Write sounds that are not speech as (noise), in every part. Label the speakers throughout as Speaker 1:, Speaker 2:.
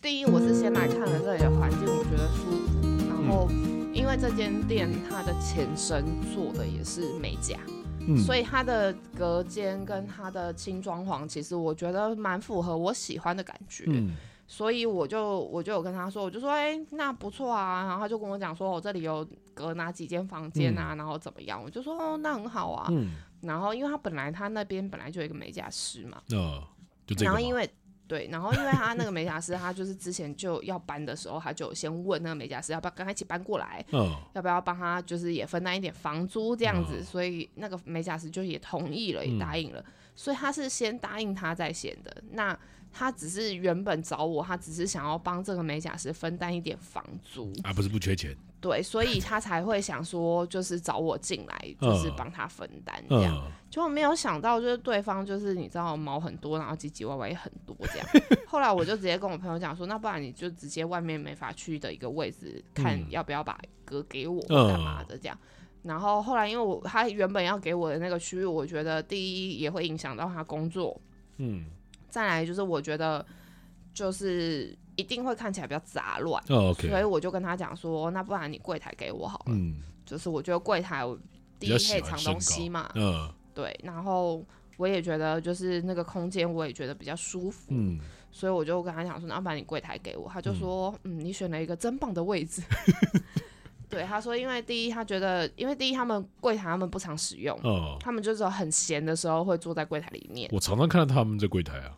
Speaker 1: 第一，我是先来看了这里的环境，我觉得舒服。
Speaker 2: 嗯
Speaker 1: 然后，因为这间店它的前身做的也是美甲，
Speaker 2: 嗯，
Speaker 1: 所以它的隔间跟它的轻装潢，其实我觉得蛮符合我喜欢的感觉。
Speaker 2: 嗯
Speaker 1: 所以我就我就有跟他说，我就说，哎、那不错啊。然后他就跟我讲说，我、这里有隔哪几间房间啊，然后怎么样？我就说，哦，那很好啊。
Speaker 2: 嗯
Speaker 1: 然后因为他本来他那边本来就有一个美甲师嘛，
Speaker 2: 呃，就这个
Speaker 1: 然
Speaker 2: 嘛
Speaker 1: 后因为对，然后因为他那个美甲师，他就是之前就要搬的时候，他就有先问那个美甲师要不要跟他一起搬过来，
Speaker 2: 嗯
Speaker 1: 要不要帮他就是也分担一点房租这样子，
Speaker 2: 哦
Speaker 1: 所以那个美甲师就也同意了，也
Speaker 2: 嗯
Speaker 1: 答应了，所以他是先答应他在先的。那他只是原本找我，他只是想要帮这个美甲师分担一点房租，
Speaker 2: 啊，不是不缺钱，
Speaker 1: 对，所以他才会想说就是找我进来，就是
Speaker 2: 哦
Speaker 1: 帮他分担这样。
Speaker 2: 嗯
Speaker 1: 就没有想到，就是对方就是你知道毛很多，然后唧唧歪歪也很多这
Speaker 2: (laughs)
Speaker 1: 样。后来我就直接跟我朋友讲说，那不然你就直接外面美发区的一个位置看
Speaker 2: 嗯
Speaker 1: 要不要把格给我
Speaker 2: 嗯
Speaker 1: 干嘛的这样。然后后来因为我他原本要给我的那个区域，我觉得第一也会影响到他工作，
Speaker 2: 嗯
Speaker 1: 再来就是我觉得就是一定会看起来比较杂乱。
Speaker 2: 哦
Speaker 1: 所以
Speaker 2: ，OK，
Speaker 1: 我就跟他讲说，那不然你柜台给我好了，
Speaker 2: 嗯
Speaker 1: 就是我觉得柜台我第
Speaker 2: 比
Speaker 1: 一
Speaker 2: 较
Speaker 1: 可以
Speaker 2: 喜
Speaker 1: 藏
Speaker 2: 欢身
Speaker 1: 东
Speaker 2: 高
Speaker 1: 西嘛，
Speaker 2: 嗯
Speaker 1: 对，然后我也觉得就是那个空间，我也觉得比较舒服，
Speaker 2: 嗯，
Speaker 1: 所以我就跟他讲说，那把你柜台给我，他就说，嗯你选了一个真棒的位 (laughs) 置。对，他说，因为第一，他觉得，因为第一，他们柜台他们不常使用，
Speaker 2: 哦，
Speaker 1: 他们就只有很闲的时候会坐在柜台里面。
Speaker 2: 我常常看到他们在柜台啊，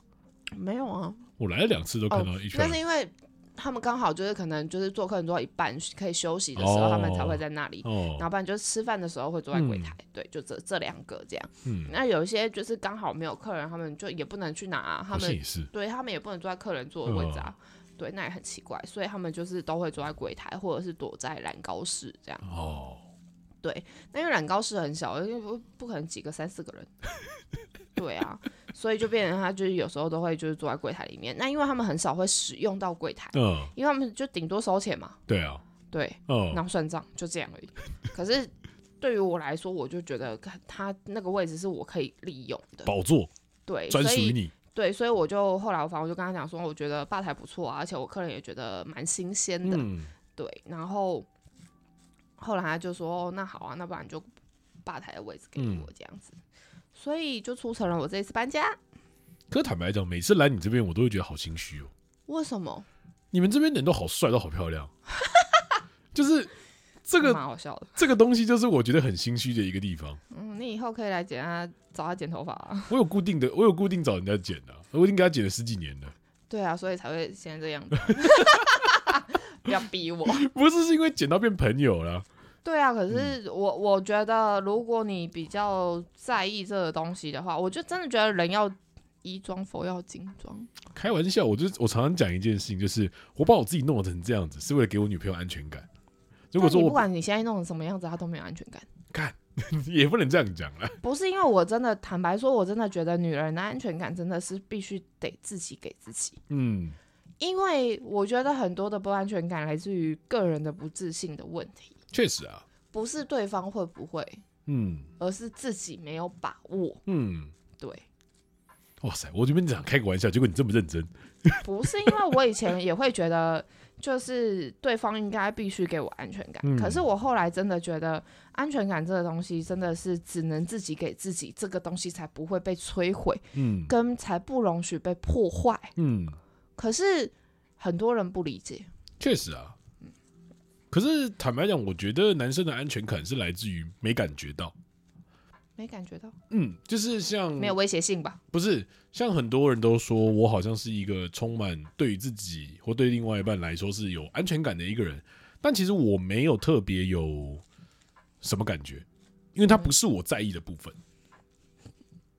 Speaker 1: 没有啊，
Speaker 2: 我来了两次都看到一圈
Speaker 1: 那是因为他们刚好就是可能就是做客人做到一半可以休息的时候，他们才会在那里。然
Speaker 2: 哦，
Speaker 1: 后不然就是吃饭的时候会坐在柜
Speaker 2: 嗯
Speaker 1: 台，对，就这这两个这样。
Speaker 2: 嗯，
Speaker 1: 那有一些就是刚好没有客人，他们就也不能去拿、他
Speaker 2: 好像嗯
Speaker 1: 们
Speaker 2: 也是，
Speaker 1: 对他们也不能坐在客人坐的位置啊。对，那也很奇怪，所以他们就是都会坐在柜台，或者是躲在染膏室这样。
Speaker 2: 哦，
Speaker 1: 那因为染膏室很小，因为不不可能几个三四
Speaker 2: (laughs)
Speaker 1: 个人。对啊，所以就变成他就是有时候都会就是坐在柜台里面。那因为他们很少会使用到柜台，
Speaker 2: 嗯，
Speaker 1: 因为他们就顶多收钱嘛，
Speaker 2: 对啊，
Speaker 1: 对，然
Speaker 2: 哦，
Speaker 1: 后算账就这样而已。可是对于我来说，我就觉得他那个位置是我可以利用的，
Speaker 2: 宝座
Speaker 1: 对，所
Speaker 2: 专属
Speaker 1: 以
Speaker 2: 于你，
Speaker 1: 对，所以我就后来我反正我就跟他讲说，我觉得吧台不错啊，而且我客人也觉得蛮新鲜的，
Speaker 2: 嗯
Speaker 1: 对。然后后来他就说，哦那好啊，那不然你就吧台的位置给
Speaker 2: 嗯
Speaker 1: 我这样子，所以就促成了我这一次搬家。
Speaker 2: 可坦白讲，每次来你这边，我都会觉得好心虚哦。
Speaker 1: 为什么？
Speaker 2: 你们这边人都好帅，都好漂
Speaker 1: (laughs)
Speaker 2: 亮，就是这个
Speaker 1: 蛮好笑的。
Speaker 2: 这个东西，就是我觉得很心虚的一个地方。
Speaker 1: 嗯，你以后可以来剪他，找他剪头发、啊。 (laughs)
Speaker 2: 我有固定的，我有固定找人家剪的、我已经给他剪了十几年了。
Speaker 1: 对啊，所以才会现在这样子。 (laughs) 不要逼我。
Speaker 2: 不是是因为剪到变朋友了，
Speaker 1: 对啊，可
Speaker 2: 嗯
Speaker 1: 是我我觉得，如果你比较在意这个东西的话，我就真的觉得人要衣装，佛要精装。
Speaker 2: 开玩笑，我就我常常讲一件事情，就是我把我自己弄成这样子，是为了给我女朋友安全感。如果
Speaker 1: 但
Speaker 2: 说
Speaker 1: 你不
Speaker 2: 我
Speaker 1: 管你现在弄成什么样子，他都没有安全感。
Speaker 2: 干， (laughs) 也不能这样讲啦。
Speaker 1: 不是因为我真的坦白说，我真的觉得女人的安全感真的是必须得自己给自己，
Speaker 2: 嗯，
Speaker 1: 因为我觉得很多的不安全感来自于个人的不自信的问题，
Speaker 2: 确实啊，
Speaker 1: 不是对方会不会，
Speaker 2: 嗯
Speaker 1: 而是自己没有把握。
Speaker 2: 嗯，
Speaker 1: 对，
Speaker 2: 哇塞，我这边想开个玩笑，结果你这么认真，
Speaker 1: 不是因为我以前也会觉得，就是对方应该必须给我安全感。
Speaker 2: 嗯
Speaker 1: 可是我后来真的觉得，安全感这个东西真的是只能自己给自己，这个东西才不会被摧毁，
Speaker 2: 嗯
Speaker 1: 跟才不容许被破坏。
Speaker 2: 嗯，
Speaker 1: 可是很多人不理解，
Speaker 2: 确实啊。可是坦白讲，我觉得男生的安全感是来自于没感觉到，
Speaker 1: 没感觉到，
Speaker 2: 嗯，就是像
Speaker 1: 没有威胁性吧？
Speaker 2: 不是像很多人都说我好像是一个充满对于自己或对另外一半来说是有安全感的一个人，但其实我没有特别有什么感觉，因为它不是我在意的部分。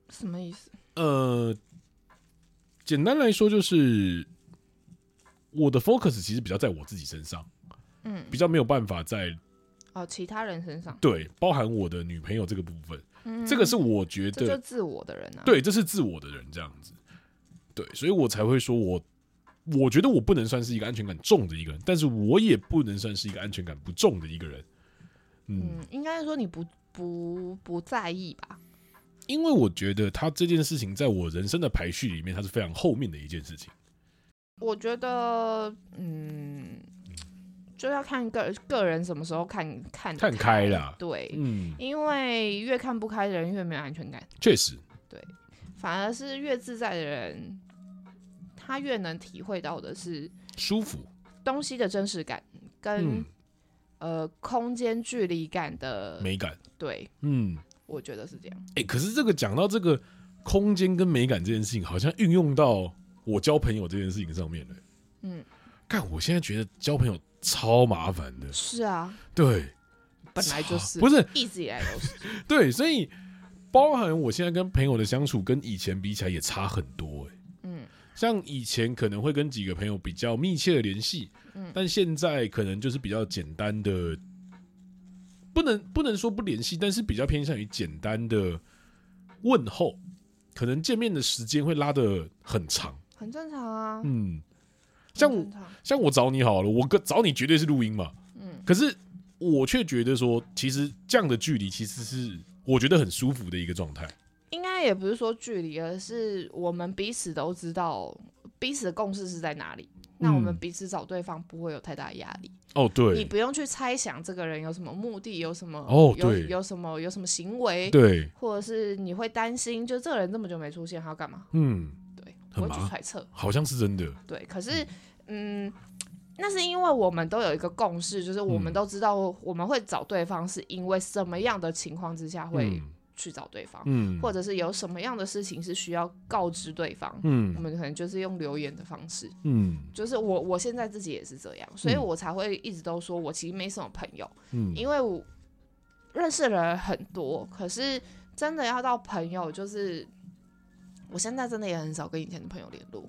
Speaker 1: 什么意思？
Speaker 2: 呃，简单来说就是我的 focus 其实比较在我自己身上，
Speaker 1: 嗯，
Speaker 2: 比较没有办法在
Speaker 1: 哦，其他人身上，
Speaker 2: 对包含我的女朋友这个部分，
Speaker 1: 嗯
Speaker 2: 这个是我觉
Speaker 1: 这就
Speaker 2: 得
Speaker 1: 自我的人啊。，
Speaker 2: 对，这是自我的人这样子，对，所以我才会说我。我觉得我不能算是一个安全感重的一个人，但是我也不能算是一个安全感不重的一个人。嗯，
Speaker 1: 嗯，应该说你不不不在意吧？
Speaker 2: 因为我觉得他这件事情在我人生的排序里面，它是非常后面的一件事情。
Speaker 1: 我觉得，嗯，就要看个个人什么时候看看得
Speaker 2: 看开啦
Speaker 1: 对，
Speaker 2: 嗯，
Speaker 1: 因为越看不开的人越没有安全感，
Speaker 2: 确实，
Speaker 1: 反而是越自在的人，他越能体会到的是
Speaker 2: 舒服，
Speaker 1: 东西的真实感跟、
Speaker 2: 嗯，
Speaker 1: 呃空间距离感的。
Speaker 2: 美感，
Speaker 1: 对，
Speaker 2: 嗯，
Speaker 1: 我觉得是这样。
Speaker 2: 哎、可是这个讲到这个空间跟美感这件事情，好像运用到我交朋友这件事情上面了、
Speaker 1: 嗯，
Speaker 2: 干，我现在觉得交朋友超麻烦的，
Speaker 1: 是啊，
Speaker 2: 对，
Speaker 1: 本来就是，啊
Speaker 2: 不是
Speaker 1: 一直以来都是。
Speaker 2: 对，所以包含我现在跟朋友的相处，跟以前比起来也差很多、欸。
Speaker 1: 嗯，
Speaker 2: 像以前可能会跟几个朋友比较密切的联系，
Speaker 1: 嗯
Speaker 2: 但现在可能就是比较简单的，不能不能说不联系，但是比较偏向于简单的问候，可能见面的时间会拉得很长。
Speaker 1: 很正常啊。
Speaker 2: 嗯，像我
Speaker 1: 很正常
Speaker 2: 像我找你好了，我跟找你绝对是录音嘛，
Speaker 1: 嗯
Speaker 2: 可是我却觉得说，其实这样的距离其实是我觉得很舒服的一个状态。
Speaker 1: 应该也不是说距离，而是我们彼此都知道彼此的共识是在哪里。那我们
Speaker 2: 嗯
Speaker 1: 彼此找对方不会有太大压力，
Speaker 2: 哦，
Speaker 1: 你
Speaker 2: 对
Speaker 1: 不用去猜想这个人有什么目的，有什么
Speaker 2: 哦
Speaker 1: 有
Speaker 2: 对
Speaker 1: 有什么有什么行为，
Speaker 2: 对，
Speaker 1: 或者是你会担心，就这个人这么久没出现，他要干嘛？
Speaker 2: 嗯，
Speaker 1: 对，
Speaker 2: 很
Speaker 1: 我会去
Speaker 2: 麻
Speaker 1: 揣测。
Speaker 2: 好像是真的。
Speaker 1: 对，可是嗯，那是因为我们都有一个共识，就是我们
Speaker 2: 嗯
Speaker 1: 都知道我们会找对方是因为什么样的情况之下会
Speaker 2: 嗯
Speaker 1: 去找对方。
Speaker 2: 嗯，
Speaker 1: 或者是有什么样的事情是需要告知对方，我
Speaker 2: 嗯
Speaker 1: 们可能就是用留言的方式。
Speaker 2: 嗯
Speaker 1: 就是我我现在自己也是这样，所以
Speaker 2: 嗯
Speaker 1: 我才会一直都说我其实没什么朋友，
Speaker 2: 嗯，
Speaker 1: 因为我认识的人很多，可是真的要到朋友，就是我现在真的也很少跟以前的朋友联络，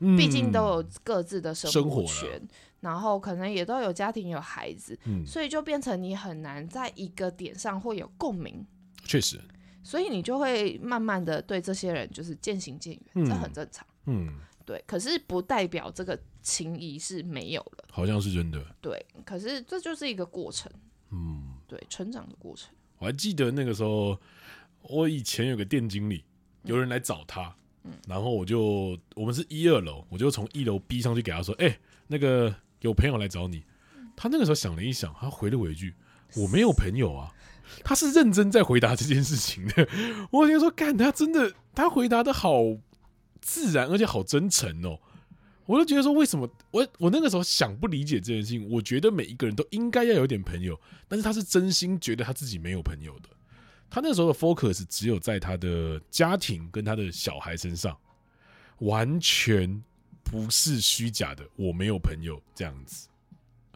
Speaker 2: 嗯
Speaker 1: 毕竟都有各自的生
Speaker 2: 生活
Speaker 1: 活
Speaker 2: 啦
Speaker 1: 圈，然后可能也都有家庭有孩子，
Speaker 2: 嗯，
Speaker 1: 所以就变成你很难在一个点上会有共鸣。
Speaker 2: 嗯确实，
Speaker 1: 所以你就会慢慢的对这些人就是渐行渐远，
Speaker 2: 嗯
Speaker 1: 这很正常。
Speaker 2: 嗯，
Speaker 1: 对，可是不代表这个情谊是没有了。
Speaker 2: 好像是真的。
Speaker 1: 对，可是这就是一个过程，
Speaker 2: 嗯，
Speaker 1: 对，成长的过程。
Speaker 2: 我还记得那个时候，我以前有个店经理，有人来找他，然后我就我们是一二楼，我就从一楼逼上去给他说：“哎、那个有朋友来找你。”他那个时候想了一想，他回了我一句：“我没有朋友啊。”他是认真在回答这件事情的。 (laughs) 我觉得说，干他真的，他回答的好自然，而且好真诚哦。我就觉得说，为什么我我那个时候想不理解这件事情？我觉得每一个人都应该要有点朋友，但是他是真心觉得他自己没有朋友的。他那时候的 focus 只有在他的家庭跟他的小孩身上，完全不是虚假的。我没有朋友这样子，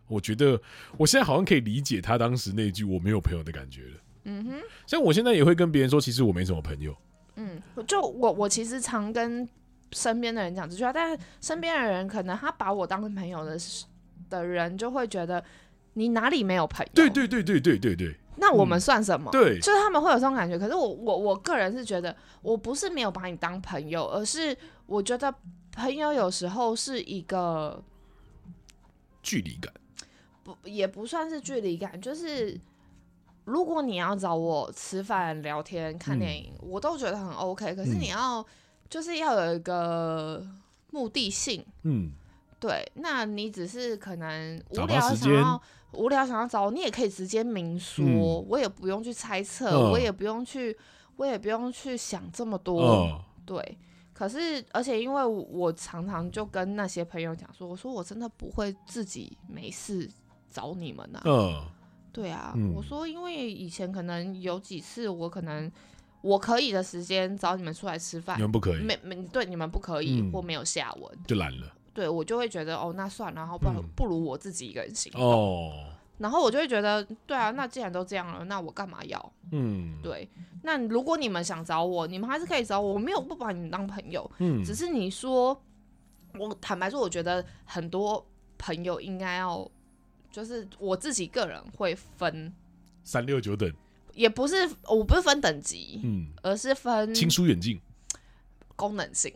Speaker 2: 我觉得我现在好像可以理解他当时那句“我没有朋友”的感觉了。
Speaker 1: 嗯哼，
Speaker 2: 像我现在也会跟别人说，其实我没什么朋友。
Speaker 1: 嗯，我就我我其实常跟身边的人讲这句话，但是身边的人可能他把我当成朋友的时的人，就会觉得你哪里没有朋友？
Speaker 2: 对，嗯对对对对对对
Speaker 1: 那我们算什么？
Speaker 2: 对，
Speaker 1: 就是他们会有这种感觉。可是我我我个人是觉得，我不是没有把你当朋友，而是我觉得朋友有时候是一个
Speaker 2: 距离感。
Speaker 1: 不也不算是距离感，就是如果你要找我吃饭、聊天、看电影，我都觉得很 OK。可是
Speaker 2: 嗯
Speaker 1: 你要、就是要有一个目的性。
Speaker 2: 嗯，
Speaker 1: 对，那你只是可能无
Speaker 2: 打发
Speaker 1: 聊
Speaker 2: 时
Speaker 1: 想
Speaker 2: 间
Speaker 1: 要无聊想要找我，你也可以直接明说，
Speaker 2: 嗯
Speaker 1: 我也不用去猜测，
Speaker 2: 嗯
Speaker 1: 我也不用去，我也不用去想这么多。
Speaker 2: 哦，
Speaker 1: 对，可是而且因为我我常常就跟那些朋友讲说，我说我真的不会自己没事找你们呐、啊
Speaker 2: 嗯，
Speaker 1: 对啊，
Speaker 2: 嗯
Speaker 1: 我说因为以前可能有几次我可能我可以的时间找你们出来吃饭
Speaker 2: 你。们不可以，
Speaker 1: 没没对你们不可以、
Speaker 2: 嗯
Speaker 1: 或没有下文，
Speaker 2: 就懒了。
Speaker 1: 对我就会觉得哦，那算了，然后不然、
Speaker 2: 嗯
Speaker 1: 不如我自己一个人行动。
Speaker 2: 哦，
Speaker 1: 然后我就会觉得，对啊，那既然都这样了，那我干嘛要？
Speaker 2: 嗯，，
Speaker 1: 对，那如果你们想找我，你们还是可以找我，我没有不把你们当朋友，
Speaker 2: 嗯
Speaker 1: 只是你说，我坦白说，我觉得很多朋友应该要，就是我自己个人会分，
Speaker 2: 三六九等，
Speaker 1: 也不是我不是分等级，
Speaker 2: 嗯，
Speaker 1: 而是分
Speaker 2: 亲疏远近，
Speaker 1: 功能
Speaker 2: (laughs)
Speaker 1: 性，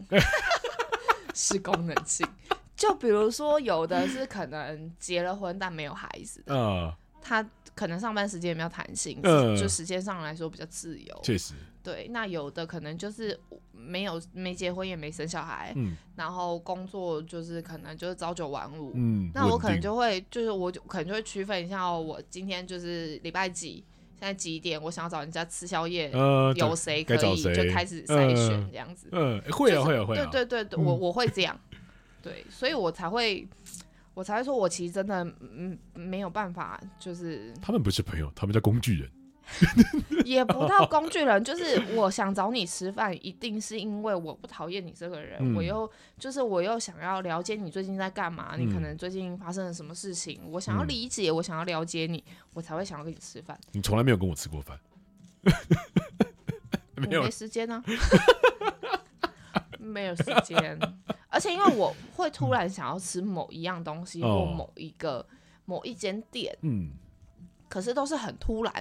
Speaker 1: 是功能性。 (laughs) 就比如说，有的是可能结了婚但没有孩子的，
Speaker 2: 啊，
Speaker 1: 他可能上班时间也没有弹性，
Speaker 2: 嗯
Speaker 1: 就时间上来说比较自由。
Speaker 2: 确实，
Speaker 1: 对，那有的可能就是没有没结婚也没生小孩，
Speaker 2: 嗯
Speaker 1: 然后工作就是可能就是朝九晚五，
Speaker 2: 嗯，
Speaker 1: 那我可能
Speaker 2: 稳定
Speaker 1: 就会就是我就可能就会区分一下哦，我今天就是礼拜几，现在几点，我想要找人家吃宵夜，
Speaker 2: 呃
Speaker 1: 有谁可
Speaker 2: 该找
Speaker 1: 以
Speaker 2: 谁
Speaker 1: 就开始筛选
Speaker 2: 嗯
Speaker 1: 这样子。
Speaker 2: 嗯、呃会啊
Speaker 1: 就是
Speaker 2: 会啊会啊，
Speaker 1: 对对对对，我我会这样，对，所以我才会我才会说，我其实真的嗯没有办法，就是
Speaker 2: 他们不是朋友，他们叫工具人。
Speaker 1: 也不到工具人，就是我想找你吃饭，一定是因为我不讨厌你这个人，
Speaker 2: 嗯
Speaker 1: 我又就是我又想要了解你最近在干嘛，
Speaker 2: 嗯
Speaker 1: 你可能最近发生了什么事情，我想要
Speaker 2: 嗯
Speaker 1: 理解，我想要了解你，我才会想要跟你吃饭。
Speaker 2: 你从来没有跟我吃过饭， (laughs) 没
Speaker 1: 我
Speaker 2: 有
Speaker 1: 没时间
Speaker 2: (laughs)
Speaker 1: 呢、没有时间， (laughs) 而且因为我会突然想要吃某一样东西、
Speaker 2: 哦
Speaker 1: 或某一个某一间店，
Speaker 2: 嗯，
Speaker 1: 可是都是很突然。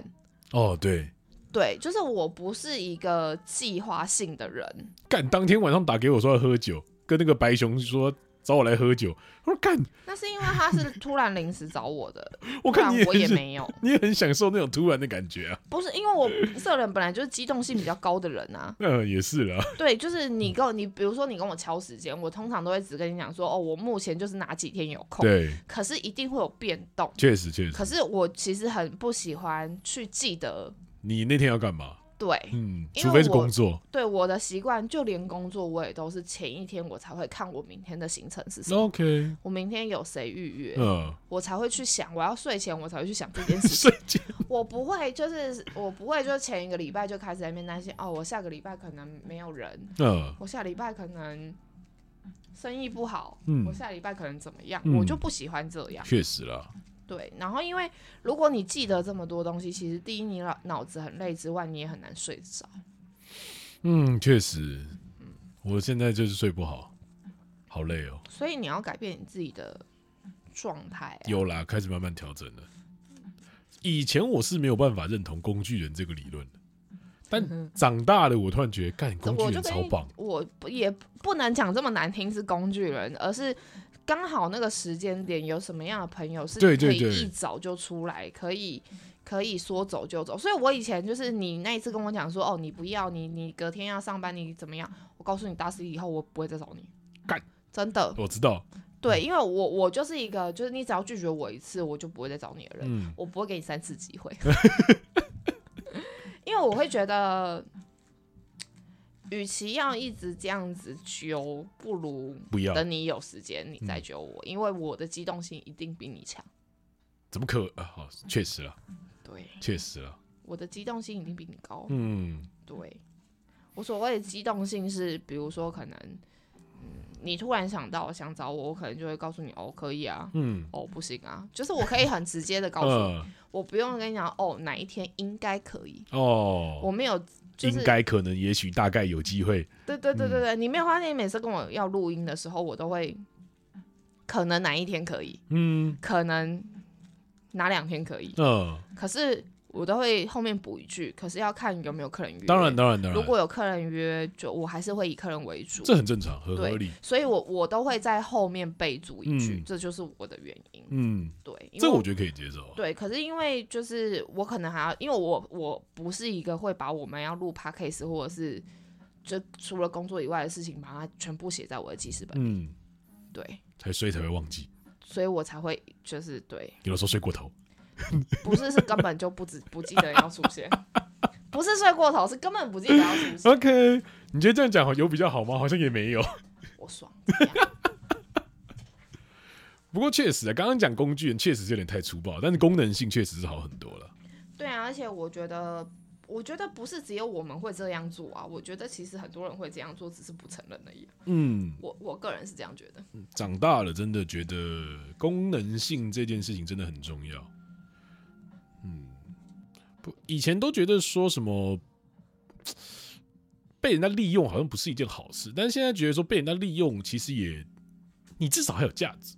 Speaker 2: 哦对，
Speaker 1: 对，就是我不是一个计划性的人，
Speaker 2: 干当天晚上打给我说要喝酒，跟那个白熊说找我来喝酒，我说干，
Speaker 1: 那是因为他是突然临时找我的，
Speaker 2: (laughs) 我
Speaker 1: 不然
Speaker 2: 看你也
Speaker 1: 我也
Speaker 2: 是
Speaker 1: 没有。
Speaker 2: 你也很享受那种突然的感觉啊，，
Speaker 1: 不是因为我这人本来就是机动性比较高的人啊
Speaker 2: 嗯、也是啦，
Speaker 1: 对，就是你跟我你，比如说你跟我敲时间，我通常都会只跟你讲说，哦，我目前就是哪几天有空，
Speaker 2: 对，
Speaker 1: 可是一定会有变动。
Speaker 2: 确实 (laughs) 确实，
Speaker 1: 可是我其实很不喜欢去记得，
Speaker 2: 你那天要干嘛？
Speaker 1: 对
Speaker 2: 嗯，
Speaker 1: 因为
Speaker 2: 除非是
Speaker 1: 我
Speaker 2: 工作
Speaker 1: 对我的习惯，就连工作我也都是前一天我才会看我明天的行程是什么，
Speaker 2: ，OK，嗯、
Speaker 1: 我明天有谁预约，我才会去想，我要睡前我才会去想这件
Speaker 2: (laughs)
Speaker 1: 事情。
Speaker 2: 瞬间，
Speaker 1: 我不会，就是我不会，就是前一个礼拜就开始在那边担心哦，我下个礼拜可能没有人，
Speaker 2: 嗯
Speaker 1: 我下礼拜可能生意不好，
Speaker 2: 嗯
Speaker 1: 我下礼拜可能怎么样，
Speaker 2: 嗯
Speaker 1: 我就不喜欢这样。
Speaker 2: 确实啦，
Speaker 1: 对，然后因为如果你记得这么多东西，其实第一你脑脑子很累之外，你也很难睡着。
Speaker 2: 嗯，确实，我现在就是睡不好，好累哦。
Speaker 1: 所以你要改变你自己的状态、啊。
Speaker 2: 有啦，开始慢慢调整了。以前我是没有办法认同工具人这个理论的，但长大了我突然觉得，干工具
Speaker 1: 嗯我就
Speaker 2: 人
Speaker 1: 跟
Speaker 2: 超
Speaker 1: 你
Speaker 2: 棒，
Speaker 1: 我不也不能讲这么难听是工具人，而是刚好那个时间点有什么样的朋友是
Speaker 2: 对
Speaker 1: 你可
Speaker 2: 对对
Speaker 1: 以一早就出来，可以可以说走就走。所以我以前就是你那一次跟我讲说，哦，你不要你你隔天要上班，你怎么样？我告诉你，打死以后我不会再找你。
Speaker 2: 干，
Speaker 1: 真的，
Speaker 2: 我知道，
Speaker 1: 对，因为我我就是一个，就是你只要拒绝我一次，我就不会再找你的人，
Speaker 2: 嗯，
Speaker 1: 我不会给你三次机会，因为我会觉得，与其要一直这样子揪，不如
Speaker 2: 不要，
Speaker 1: 等你有时间你
Speaker 2: 嗯
Speaker 1: 再揪我，因为我的机动性一定比你强，
Speaker 2: 怎么可啊？好，确实了，
Speaker 1: 对，
Speaker 2: 确实了，
Speaker 1: 我的机动性一定比你高，
Speaker 2: 嗯，
Speaker 1: 对，我所谓的机动性是，比如说可能，嗯，你突然想到想找我，我可能就会告诉你，哦，可以啊，
Speaker 2: 嗯，
Speaker 1: 哦，不行啊，就是我可以很直接的告诉你，
Speaker 2: 呃，
Speaker 1: 我不用跟你讲哦，哪一天应该可以，我
Speaker 2: 哦，
Speaker 1: 没有，就
Speaker 2: 应
Speaker 1: 是
Speaker 2: 该嗯可能也许大概有机会，
Speaker 1: 对对对对对，你没有发现每次跟我要录音的时候，我都会可能哪一天可以，
Speaker 2: 嗯，
Speaker 1: 可能哪两天可以，
Speaker 2: 呃，
Speaker 1: 可是我都会后面补一句，可是要看有没有客人约，
Speaker 2: 当然，当然，当
Speaker 1: 如
Speaker 2: 然，
Speaker 1: 果有客人约，就我还是会以客人为主。
Speaker 2: 这很正常，很
Speaker 1: 对
Speaker 2: 合理，
Speaker 1: 所以我，我都会在后面备注一句，
Speaker 2: 嗯
Speaker 1: 这就是我的原因。
Speaker 2: 嗯，
Speaker 1: 对，因
Speaker 2: 这
Speaker 1: 为
Speaker 2: 我觉得可以接受啊，
Speaker 1: 对，可是因为就是我可能还要，因为我我不是一个会把我们要录 podcast 或者是就除了工作以外的事情，把它全部写在我的记事本。
Speaker 2: 嗯，
Speaker 1: 对，
Speaker 2: 才睡才会忘记，
Speaker 1: 所以我才会就是对，
Speaker 2: 有的时候睡过头，
Speaker 1: 不是是根本就不知不记得要出现， (laughs) 不是睡过头，是根本不记得要出现。
Speaker 2: OK，你觉得这样讲有比较好吗？好像也没有。
Speaker 1: 我爽，怎样
Speaker 2: 不过确实啊，刚刚讲工具人确实是有点太粗暴，但是功能性确实是好很多了。
Speaker 1: 对啊，而且我觉得。我觉得不是只有我们会这样做啊，我觉得其实很多人会这样做，只是不承认而已。啊
Speaker 2: 嗯，
Speaker 1: 我我个人是这样觉得。
Speaker 2: 长大了真的觉得功能性这件事情真的很重要。嗯，不，以前都觉得说什么被人家利用好像不是一件好事，但是现在觉得说被人家利用其实也，你至少还有价值，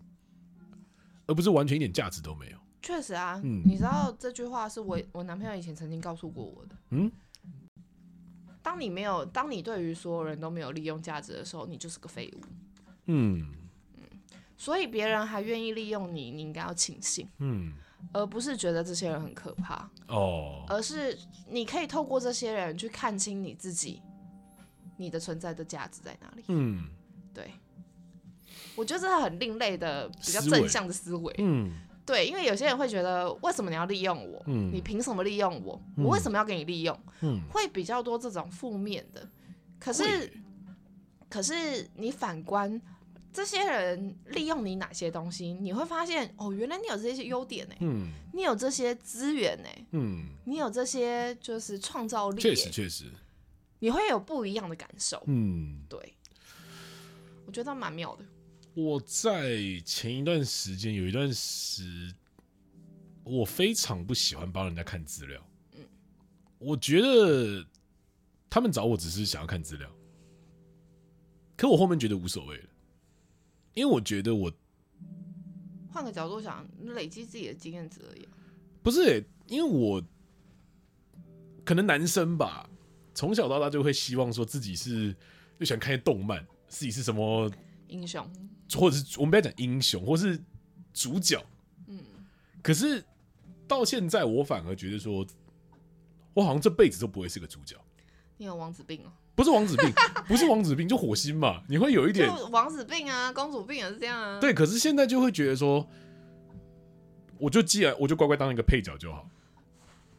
Speaker 2: 而不是完全一点价值都没有。
Speaker 1: 确实啊，
Speaker 2: 嗯
Speaker 1: 你知道这句话是我我男朋友以前曾经告诉过我的。
Speaker 2: 嗯，
Speaker 1: 当你没有，当你对于所有人都没有利用价值的时候，你就是个废物。
Speaker 2: 嗯
Speaker 1: 所以别人还愿意利用你，你应该要庆幸。
Speaker 2: 嗯，
Speaker 1: 而不是觉得这些人很可怕，
Speaker 2: 哦，
Speaker 1: 而是你可以透过这些人去看清你自己，你的存在的价值在哪里。
Speaker 2: 嗯
Speaker 1: 对，我觉得这是很另类的、比较
Speaker 2: 思维
Speaker 1: 正向的思维。
Speaker 2: 嗯
Speaker 1: 对，因为有些人会觉得，为什么你要利用我？
Speaker 2: 嗯
Speaker 1: 你凭什么利用我？我为什么要给你利用？
Speaker 2: 嗯，
Speaker 1: 会比较多这种负面的。可
Speaker 2: 会
Speaker 1: 是，可是你反观这些人利用你哪些东西，你会发现，哦，原来你有这些优点呢、欸
Speaker 2: 嗯
Speaker 1: 你有这些资源呢、
Speaker 2: 嗯，
Speaker 1: 你有这些就是创造力、
Speaker 2: 确实
Speaker 1: 欸，
Speaker 2: 确实，
Speaker 1: 你会有不一样的感受。
Speaker 2: 嗯，
Speaker 1: 对，我觉得蛮妙的。
Speaker 2: 我在前一段时间有一段时，我非常不喜欢帮人家看资料。我觉得他们找我只是想要看资料，可我后面觉得无所谓了，因为我觉得我
Speaker 1: 换个角度想，累积自己的经验值而已啊。
Speaker 2: 不是欸、因为我可能男生吧，从小到大就会希望说自己是就想看动漫，自己是什么
Speaker 1: 英雄，
Speaker 2: 或者是我们不要讲英雄，或是主角，嗯，可是到现在我反而觉得说，我好像这辈子都不会是个主角，
Speaker 1: 你有王子病哦、
Speaker 2: 不是王子病，不是王子病，就火星嘛，你会有一点
Speaker 1: 就王子病啊，公主病也是这样啊。
Speaker 2: 对，可是现在就会觉得说，我就既然我就乖乖当一个配角就好，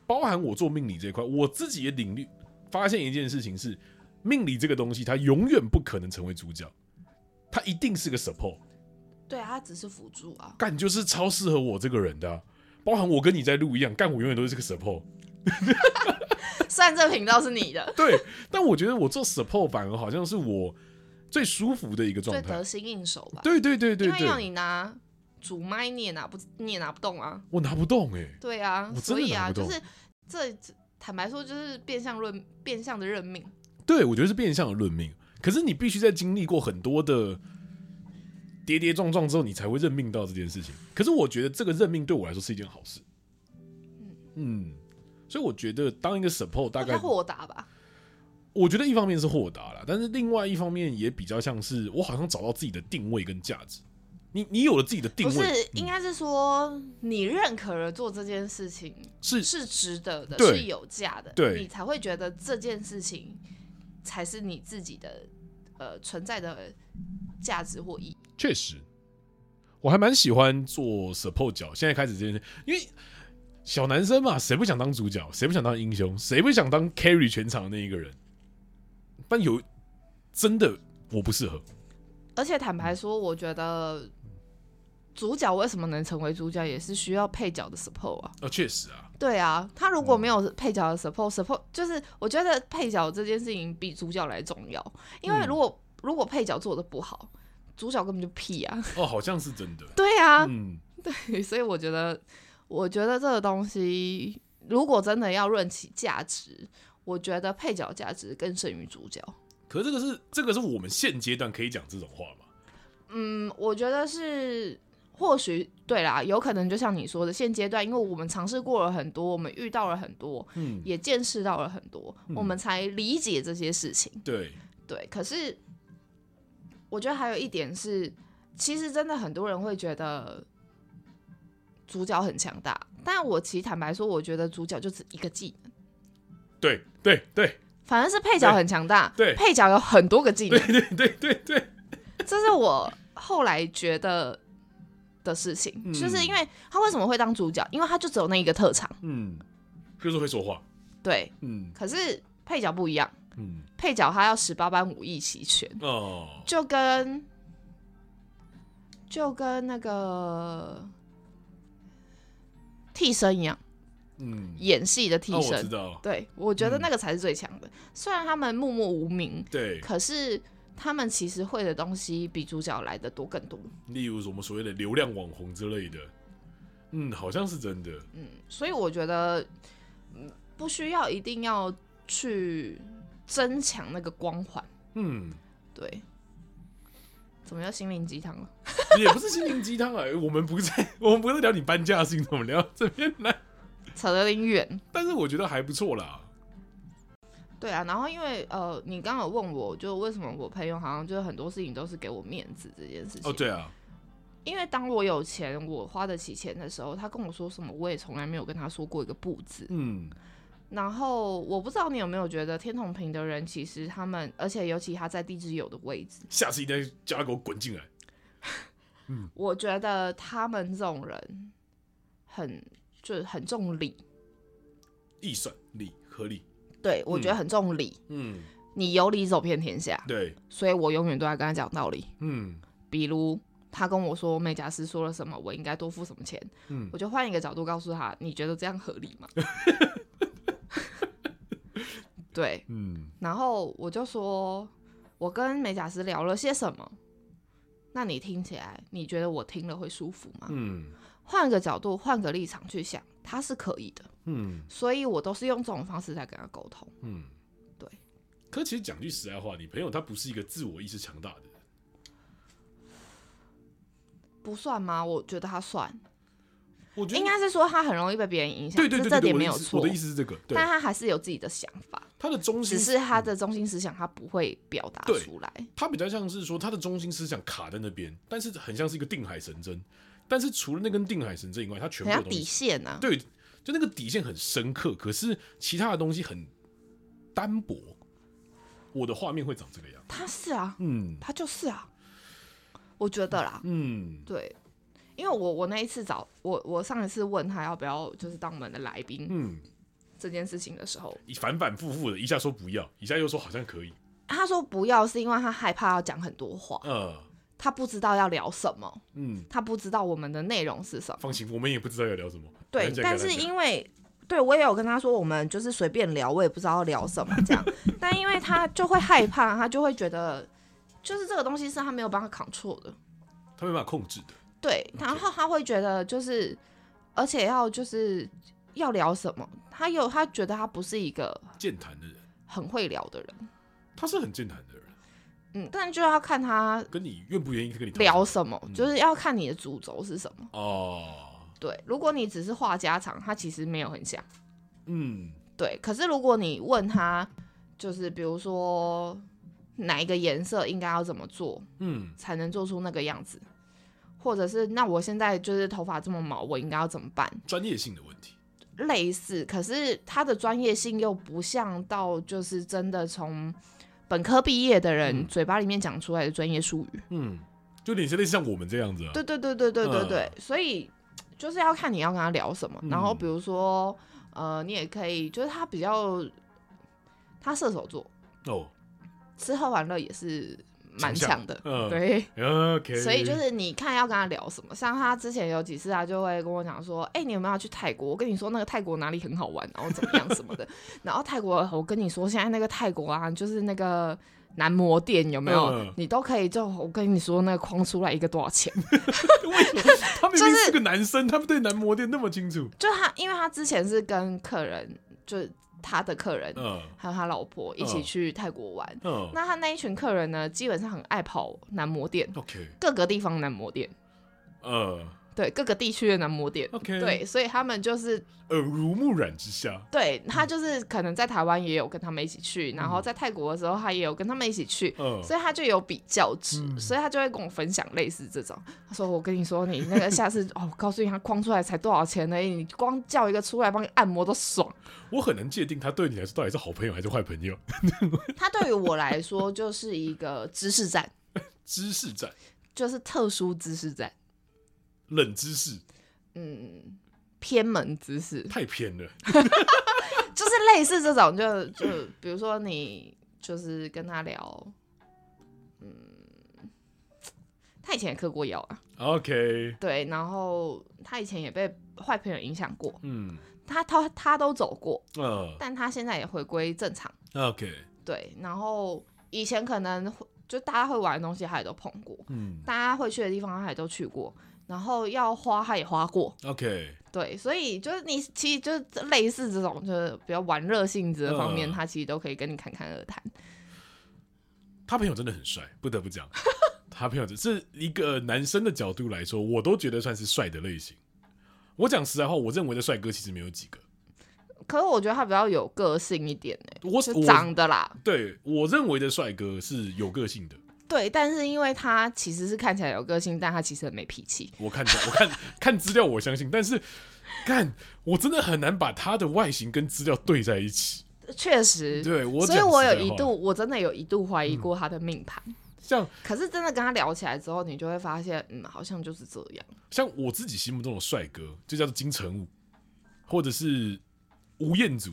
Speaker 2: 包含我做命理这一块，我自己也领略发现一件事情是，命理这个东西它永远不可能成为主角，它一定是个 support。
Speaker 1: 对啊，他只是辅助啊。
Speaker 2: 干就是超适合我这个人的啊、包含我跟你在录一样，干我永远都是个 support。
Speaker 1: 虽然这个频道是你的，
Speaker 2: 对，但我觉得我做 support 反而好像是我最舒服的一个
Speaker 1: 最
Speaker 2: 状态
Speaker 1: 得。心应手吧。
Speaker 2: 对对对对
Speaker 1: 因为要
Speaker 2: 对，
Speaker 1: 你拿主麦，你也拿不，你也拿不动啊。
Speaker 2: 我拿不动哎、
Speaker 1: 对啊，
Speaker 2: 我真
Speaker 1: 所
Speaker 2: 的
Speaker 1: 以
Speaker 2: 拿
Speaker 1: 啊，
Speaker 2: 不动
Speaker 1: 就是这坦白说，就是变相论，变相的认命。
Speaker 2: 对我觉得是变相的论命。可是你必须在经历过很多的跌跌撞撞之后，你才会认命到这件事情。可是我觉得这个认命对我来说是一件好事。嗯，所以我觉得当一个 support 大
Speaker 1: 比
Speaker 2: 概
Speaker 1: 较豁达吧。
Speaker 2: 我觉得一方面是豁达啦，但是另外一方面也比较像是我好像找到自己的定位跟价值。你你有了自己的定
Speaker 1: 不
Speaker 2: 位，嗯
Speaker 1: 是，应该是说你认可了做这件事情
Speaker 2: 是
Speaker 1: 是值得的，
Speaker 2: 对
Speaker 1: 是有价的，
Speaker 2: 对
Speaker 1: 你才会觉得这件事情才是你自己的呃存在的价值或意义。
Speaker 2: 确实，我还蛮喜欢做 support 角。现在开始这件事，因为小男生嘛，谁不想当主角？谁不想当英雄？谁不想当 carry 全场的那一个人？但有真的我不适合，
Speaker 1: 而且坦白说，我觉得主角为什么能成为主角，也是需要配角的 support 啊。
Speaker 2: 呃，确实啊，
Speaker 1: 对啊，他如果没有配角的 support，support 就是我觉得配角这件事情比主角来重要，因为
Speaker 2: 嗯
Speaker 1: 如果、如果配角做的不好，主角根本就屁 (laughs) 啊。
Speaker 2: 哦，好像是真的，
Speaker 1: 对啊，
Speaker 2: 嗯，
Speaker 1: (laughs) 所以我觉得，我觉得这个东西，如果真的要论其价值，我觉得配角价值更胜于主角。
Speaker 2: 可是这个是这个是我们现阶段可以讲这种话吗？
Speaker 1: 嗯，我觉得是，或许对啦，有可能就像你说的，现阶段因为我们尝试过了很多，我们遇到了很多，
Speaker 2: 嗯，
Speaker 1: 也见识到了很多，我们才理解这些事情。
Speaker 2: 对，
Speaker 1: 对，可是我觉得还有一点是，其实真的很多人会觉得主角很强大，但我其实坦白说，我觉得主角就只一个技能，
Speaker 2: 对，对，对，
Speaker 1: 反而是配角很强大，
Speaker 2: 对对
Speaker 1: 配角有很多个技能，
Speaker 2: 对，对，对，对，
Speaker 1: 这是我后来觉得。的事情，
Speaker 2: 嗯
Speaker 1: 就是因为他为什么会当主角？因为他就只有那一个特长，
Speaker 2: 嗯，就是会说话，
Speaker 1: 对。
Speaker 2: 嗯
Speaker 1: 可是配角不一样，
Speaker 2: 嗯，
Speaker 1: 配角他要十八般武艺齐全，
Speaker 2: 哦，
Speaker 1: 就跟就跟那个替身一样，
Speaker 2: 嗯，
Speaker 1: 演戏的替
Speaker 2: 哦，我
Speaker 1: 身。
Speaker 2: 知道，嗯
Speaker 1: 对，我觉得那个才是最强的。虽然他们默默无名，
Speaker 2: 对，
Speaker 1: 可是他们其实会的东西比主角来的多更多。
Speaker 2: 例如我们所谓的流量网红之类的，嗯，好像是真的，
Speaker 1: 所以我觉得，嗯不需要一定要去增强那个光环。
Speaker 2: 嗯，
Speaker 1: 对，怎么又心灵鸡汤啊了？
Speaker 2: 也不是心灵鸡汤啊，我们不在，我们不是聊你搬家的事情，我们聊这边来，
Speaker 1: 扯得有点远。
Speaker 2: 但是我觉得还不错啦，
Speaker 1: 对啊，然后因为呃，你刚刚
Speaker 2: 哦
Speaker 1: 有问我，就为什么我朋友好像就是很多事情都是给我面子这件事情。
Speaker 2: 哦，对啊，
Speaker 1: 因为当我有钱，我花得起钱的时候，他跟我说什么，我也从来没有跟他说过一个不字。
Speaker 2: 嗯，
Speaker 1: 然后我不知道你有没有觉得天同平的人，其实他们，而且尤其他在地支酉的位置，
Speaker 2: 下次一定要叫他给我滚进来。
Speaker 1: 我觉得他们这种人很就是很重理，
Speaker 2: 易算理合理，
Speaker 1: 对我觉得很重理，
Speaker 2: 嗯，
Speaker 1: 你有理走遍天下，
Speaker 2: 对，
Speaker 1: 所以我永远都在跟他讲道理。
Speaker 2: 嗯
Speaker 1: 比如他跟我说美甲师说了什么，我应该多付什么钱，
Speaker 2: 嗯
Speaker 1: 我就换一个角度告诉他，你觉得这样合理吗？ (laughs) 对，
Speaker 2: 嗯
Speaker 1: 然后我就说，我跟美甲师聊了些什么？那你听起来，你觉得我听了会舒服吗？
Speaker 2: 嗯
Speaker 1: 换个角度，换个立场去想，他是可以的，
Speaker 2: 嗯
Speaker 1: 所以我都是用这种方式在跟他沟通。
Speaker 2: 嗯，
Speaker 1: 对。
Speaker 2: 可其实讲句实在话，你朋友他不是一个自我意识强大的人，
Speaker 1: 不算吗？我觉得他算，
Speaker 2: 我觉得
Speaker 1: 应该是说他很容易被别人影响，
Speaker 2: 对对
Speaker 1: 这
Speaker 2: 对
Speaker 1: 这
Speaker 2: 对对
Speaker 1: 点
Speaker 2: 我
Speaker 1: 没
Speaker 2: 的
Speaker 1: 有
Speaker 2: 意思
Speaker 1: 错
Speaker 2: 我的。意思是这个，对
Speaker 1: 但，他还是有自己的想法，
Speaker 2: 他的中心
Speaker 1: 只是他的中心思想他不会表达
Speaker 2: 对
Speaker 1: 出来。
Speaker 2: 他比较像是说他的中心思想卡在那边，但是很像是一个定海神针，但是除了那根定海神针以外，他全
Speaker 1: 人
Speaker 2: 部
Speaker 1: 家
Speaker 2: 的东
Speaker 1: 底
Speaker 2: 西
Speaker 1: 线啊，
Speaker 2: 对，就那个底线很深刻，可是其他的东西很单薄。我的画面会长这个样，
Speaker 1: 他是啊，
Speaker 2: 嗯
Speaker 1: 他就是啊，我觉得啦，
Speaker 2: 嗯
Speaker 1: 对，因为我我那一次找我我上一次问他要不要就是当我们的来宾
Speaker 2: 嗯，
Speaker 1: 这件事情的时候，
Speaker 2: 反反复复的，一下说不要，一下又说好像可以，
Speaker 1: 他说不要是因为他害怕要讲很多话，
Speaker 2: 呃，
Speaker 1: 他不知道要聊什么，
Speaker 2: 嗯，
Speaker 1: 他不知道我们的内容是什么。
Speaker 2: 放心，我们也不知道要聊什么。
Speaker 1: 对
Speaker 2: 来，讲
Speaker 1: 但
Speaker 2: 来
Speaker 1: 是
Speaker 2: 讲
Speaker 1: 因为对我也有跟他说，我们就是随便聊，我也不知道要聊什么这样。但因为他就会害怕，他就会觉得就是这个东西是他没有办法 control 的，
Speaker 2: 他没办法控制的，
Speaker 1: 对，然后他会觉得就是，而且要就是要聊什么，他有他觉得他不是一个
Speaker 2: 健谈的人，
Speaker 1: 很会聊的人，
Speaker 2: 他是很健谈的人，
Speaker 1: 嗯，但就要看他
Speaker 2: 跟你愿不愿意跟你讨论
Speaker 1: 聊什么，就是要看你的主轴是什么。
Speaker 2: 哦，
Speaker 1: 对，如果你只是话家常，他其实没有很想。
Speaker 2: 嗯
Speaker 1: 对，可是如果你问他，就是比如说哪一个颜色应该要怎么做
Speaker 2: 嗯
Speaker 1: 才能做出那个样子，或者是那我现在就是头发这么毛，我应该要怎么办？
Speaker 2: 专业性的问题，
Speaker 1: 类似，可是他的专业性又不像到就是真的从本科毕业的人
Speaker 2: 嗯
Speaker 1: 嘴巴里面讲出来的专业术语。
Speaker 2: 嗯，就有点像类似像我们这样子啊，
Speaker 1: 对对对对对对对，
Speaker 2: 嗯
Speaker 1: 所以就是要看你要跟他聊什么，然后比如说呃，你也可以就是他比较他射手座，
Speaker 2: 哦，
Speaker 1: 吃喝玩乐也是蛮
Speaker 2: 强
Speaker 1: 强的，
Speaker 2: 嗯
Speaker 1: 对。
Speaker 2: ，OK，
Speaker 1: 所以就是你看要跟他聊什么，像他之前有几次他就会跟我讲说，哎、你有没有要去泰国？我跟你说那个泰国哪里很好玩，然后怎么样什么的。然后泰国，我跟你说现在那个泰国啊，就是那个男模店有没有？
Speaker 2: 嗯
Speaker 1: 你都可以就我跟你说那个框出来一个多少钱？
Speaker 2: (laughs)
Speaker 1: (laughs)
Speaker 2: 为什么他明
Speaker 1: 就
Speaker 2: 明
Speaker 1: 是
Speaker 2: 是个男生，他们对男模店那么清楚？
Speaker 1: 就他，因为他之前是跟客人，就是他的客人、
Speaker 2: 嗯
Speaker 1: 还有他老婆一起
Speaker 2: 嗯
Speaker 1: 去泰国玩。
Speaker 2: 嗯
Speaker 1: 那他那一群客人呢，基本上很爱跑男模店，
Speaker 2: ，OK，
Speaker 1: 各个地方男模店。
Speaker 2: 呃
Speaker 1: 对各个地区的男模店。
Speaker 2: ，OK，，
Speaker 1: 对，所以他们就是
Speaker 2: 耳濡目染之下，
Speaker 1: 对他就是可能在台湾也有跟他们一起去，然后在泰国的时候他也有跟他们一起去，
Speaker 2: 嗯，
Speaker 1: 所以他就有比较值，
Speaker 2: 嗯
Speaker 1: 所以他就会跟我分享类似这种。他说：“我跟你说，你那个下
Speaker 2: (laughs)
Speaker 1: 次哦，我告诉你，他框出来才多少钱而已，你光叫一个出来帮你按摩都爽。
Speaker 2: 我很难界定他对你来说到底是好朋友还是坏朋友。” (laughs)
Speaker 1: 他对于我来说就是一个知识站，
Speaker 2: 知识战，
Speaker 1: 就是特殊知识站，
Speaker 2: 冷知识
Speaker 1: 嗯，偏门知识。
Speaker 2: 太偏了。
Speaker 1: 就是类似这种，就就比如说你就是跟他聊，嗯，他以前也嗑过药啊，
Speaker 2: OK，
Speaker 1: 对，然后他以前也被坏朋友影响过，
Speaker 2: 嗯，
Speaker 1: 他他他都走过，
Speaker 2: 呃
Speaker 1: 但他现在也回归正常，
Speaker 2: ，OK，
Speaker 1: 对，然后以前可能会就大家会玩的东西他也都碰过，
Speaker 2: 嗯
Speaker 1: 大家会去的地方他也都去过，然后要花他也花过，
Speaker 2: ，OK，
Speaker 1: 对，所以就是你其实就是类似这种就是比较玩乐性质的方面，
Speaker 2: 嗯
Speaker 1: 他其实都可以跟你侃侃而谈。
Speaker 2: 他朋友真的很帅，不得不讲， (laughs) 他朋友只是一个男生的角度来说，我都觉得算是帅的类型。我讲实在话，我认为的帅哥其实没有几个。
Speaker 1: 可是我觉得他比较有个性一点呢、
Speaker 2: 我
Speaker 1: 就
Speaker 2: 我
Speaker 1: 长得啦，
Speaker 2: 对我认为的帅哥是有个性的，
Speaker 1: 对，但是因为他其实是看起来有个性，但他其实很没脾气。
Speaker 2: 我看 (laughs) 我看看资料，我相信，但是干，我真的很难把他的外形跟资料对在一起。
Speaker 1: 确实，
Speaker 2: 对我
Speaker 1: 所
Speaker 2: 讲实在话，嗯
Speaker 1: 以我有一度，我真的有一度怀疑过他的命盘。
Speaker 2: 像
Speaker 1: 可是真的跟他聊起来之后，你就会发现，嗯，好像就是这样。
Speaker 2: 像我自己心目中的帅哥，就叫做金城武，或者是吴彦祖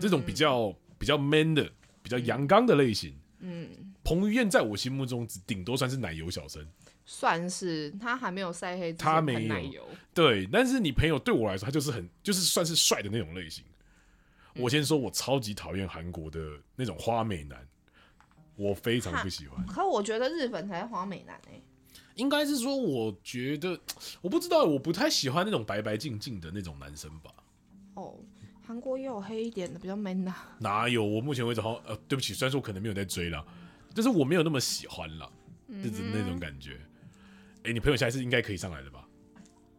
Speaker 2: 这种比较比较 man 的、比较阳刚的类型。
Speaker 1: 嗯，
Speaker 2: 彭于晏在我心目中只顶多算是奶油小生，
Speaker 1: 算是他还没有晒黑之前
Speaker 2: 他
Speaker 1: 很
Speaker 2: 没有
Speaker 1: 奶油，
Speaker 2: 对，但是你朋友对我来说，他就是很就是算是帅的那种类型。我先说，我超级讨厌韩国的那种花美男，我非常不喜欢。
Speaker 1: 可我觉得日本才是花美男哎、
Speaker 2: 应该是说，我觉得我不知道，我不太喜欢那种白白净净的那种男生吧。
Speaker 1: 哦，韩国也有黑一点的，比较 man 啊呐、
Speaker 2: 哪有？我目前为止好像呃，对不起，虽然说我可能没有在追啦，就是我没有那么喜欢啦，
Speaker 1: 嗯
Speaker 2: 就是那种感觉。哎、你朋友下一次应该可以上来了吧？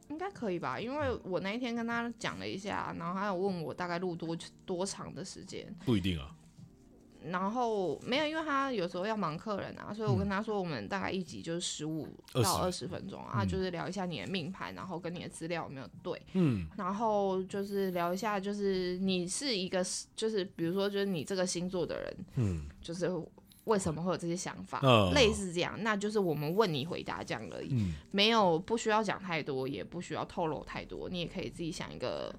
Speaker 1: 应该可以吧？因为我那一天跟他讲了一下，然后他有问我大概录多多长的时间，
Speaker 2: 不一定啊。
Speaker 1: 然后没有，因为他有时候要忙客人啊，所以我
Speaker 2: 嗯
Speaker 1: 跟他说，我们大概一集就是十五到二十分钟啊，就是聊一下你的命盘，然后跟你的资料有没有对，
Speaker 2: 嗯，
Speaker 1: 然后就是聊一下，就是你是一个，就是比如说，就是你这个星座的人，
Speaker 2: 嗯，
Speaker 1: 就是为什么会有这些想法，
Speaker 2: 嗯
Speaker 1: 类似这样，那就是我们问你回答这样而已，
Speaker 2: 嗯
Speaker 1: 没有不需要讲太多，也不需要透露太多，你也可以自己想一个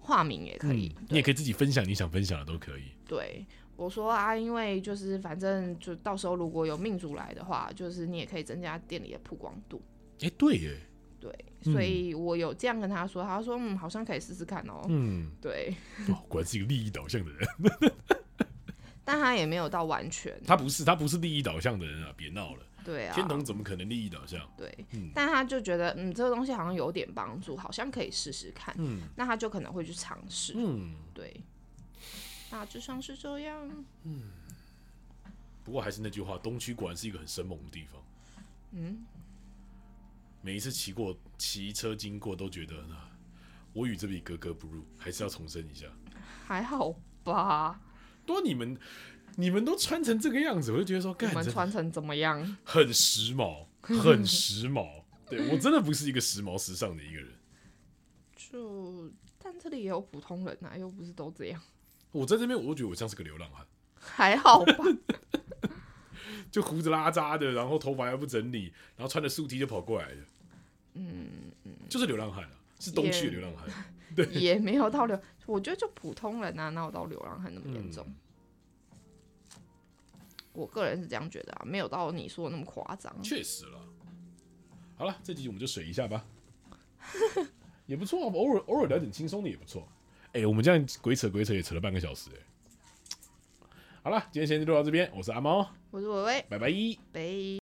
Speaker 1: 化名也可以，
Speaker 2: 嗯
Speaker 1: 对
Speaker 2: 你也可以自己分享你想分享的都可以。
Speaker 1: 对，我说啊，因为就是反正就到时候如果有命主来的话，就是你也可以增加店里的曝光度。
Speaker 2: 哎、对耶，
Speaker 1: 对，
Speaker 2: 嗯
Speaker 1: 所以我有这样跟他说，他说嗯，好像可以试试看哦。
Speaker 2: 嗯，
Speaker 1: 对， (laughs)
Speaker 2: 哦，果然是一个利益导向的人。 (laughs)
Speaker 1: 但他也没有到完全。
Speaker 2: 他不是，他不是利益导向的人啊！别闹了，
Speaker 1: 对啊，
Speaker 2: 天童怎么可能利益导向？
Speaker 1: 对
Speaker 2: 嗯，
Speaker 1: 但他就觉得嗯，这个东西好像有点帮助，好像可以试试看。
Speaker 2: 嗯
Speaker 1: 那他就可能会去尝试。
Speaker 2: 嗯，
Speaker 1: 对，大致上是这样。
Speaker 2: 不过还是那句话，东区果然是一个很生猛的地方。
Speaker 1: 嗯，
Speaker 2: 每一次骑过骑车经过，都觉得啊我与这里格格不入，还是要重申一下。
Speaker 1: 还好吧。
Speaker 2: 多你们你们都穿成这个样子，我就觉得说，
Speaker 1: 我
Speaker 2: 干，
Speaker 1: 们
Speaker 2: 真的
Speaker 1: 穿成怎么样？
Speaker 2: 很时髦，很时髦。 (laughs) 对我真的不是一个时髦时尚的一个人，
Speaker 1: 就但这里也有普通人啊，又不是都这样，
Speaker 2: 我在这边我都觉得我像是个流浪汉，
Speaker 1: 还好吧？
Speaker 2: 就胡子拉碴的，然后头发又不整理，然后穿着素 T 就跑过来的，嗯，就是流浪汉啊，是东区的流浪汉。
Speaker 1: 也没有到流，我觉得就普通人啊，哪有到流浪汉那么严重？我个人是这样觉得啊，没有到你说的那么夸张。
Speaker 2: 确实了。好了，这集我们就水一下吧， (laughs) 也不错啊，偶尔偶尔聊点轻松的也不错。哎、我们这样鬼扯鬼扯也扯了半个小时、哎，好了，今天先就录到这边，我是阿猫，
Speaker 1: 我是伟伟，
Speaker 2: 拜拜。
Speaker 1: 拜。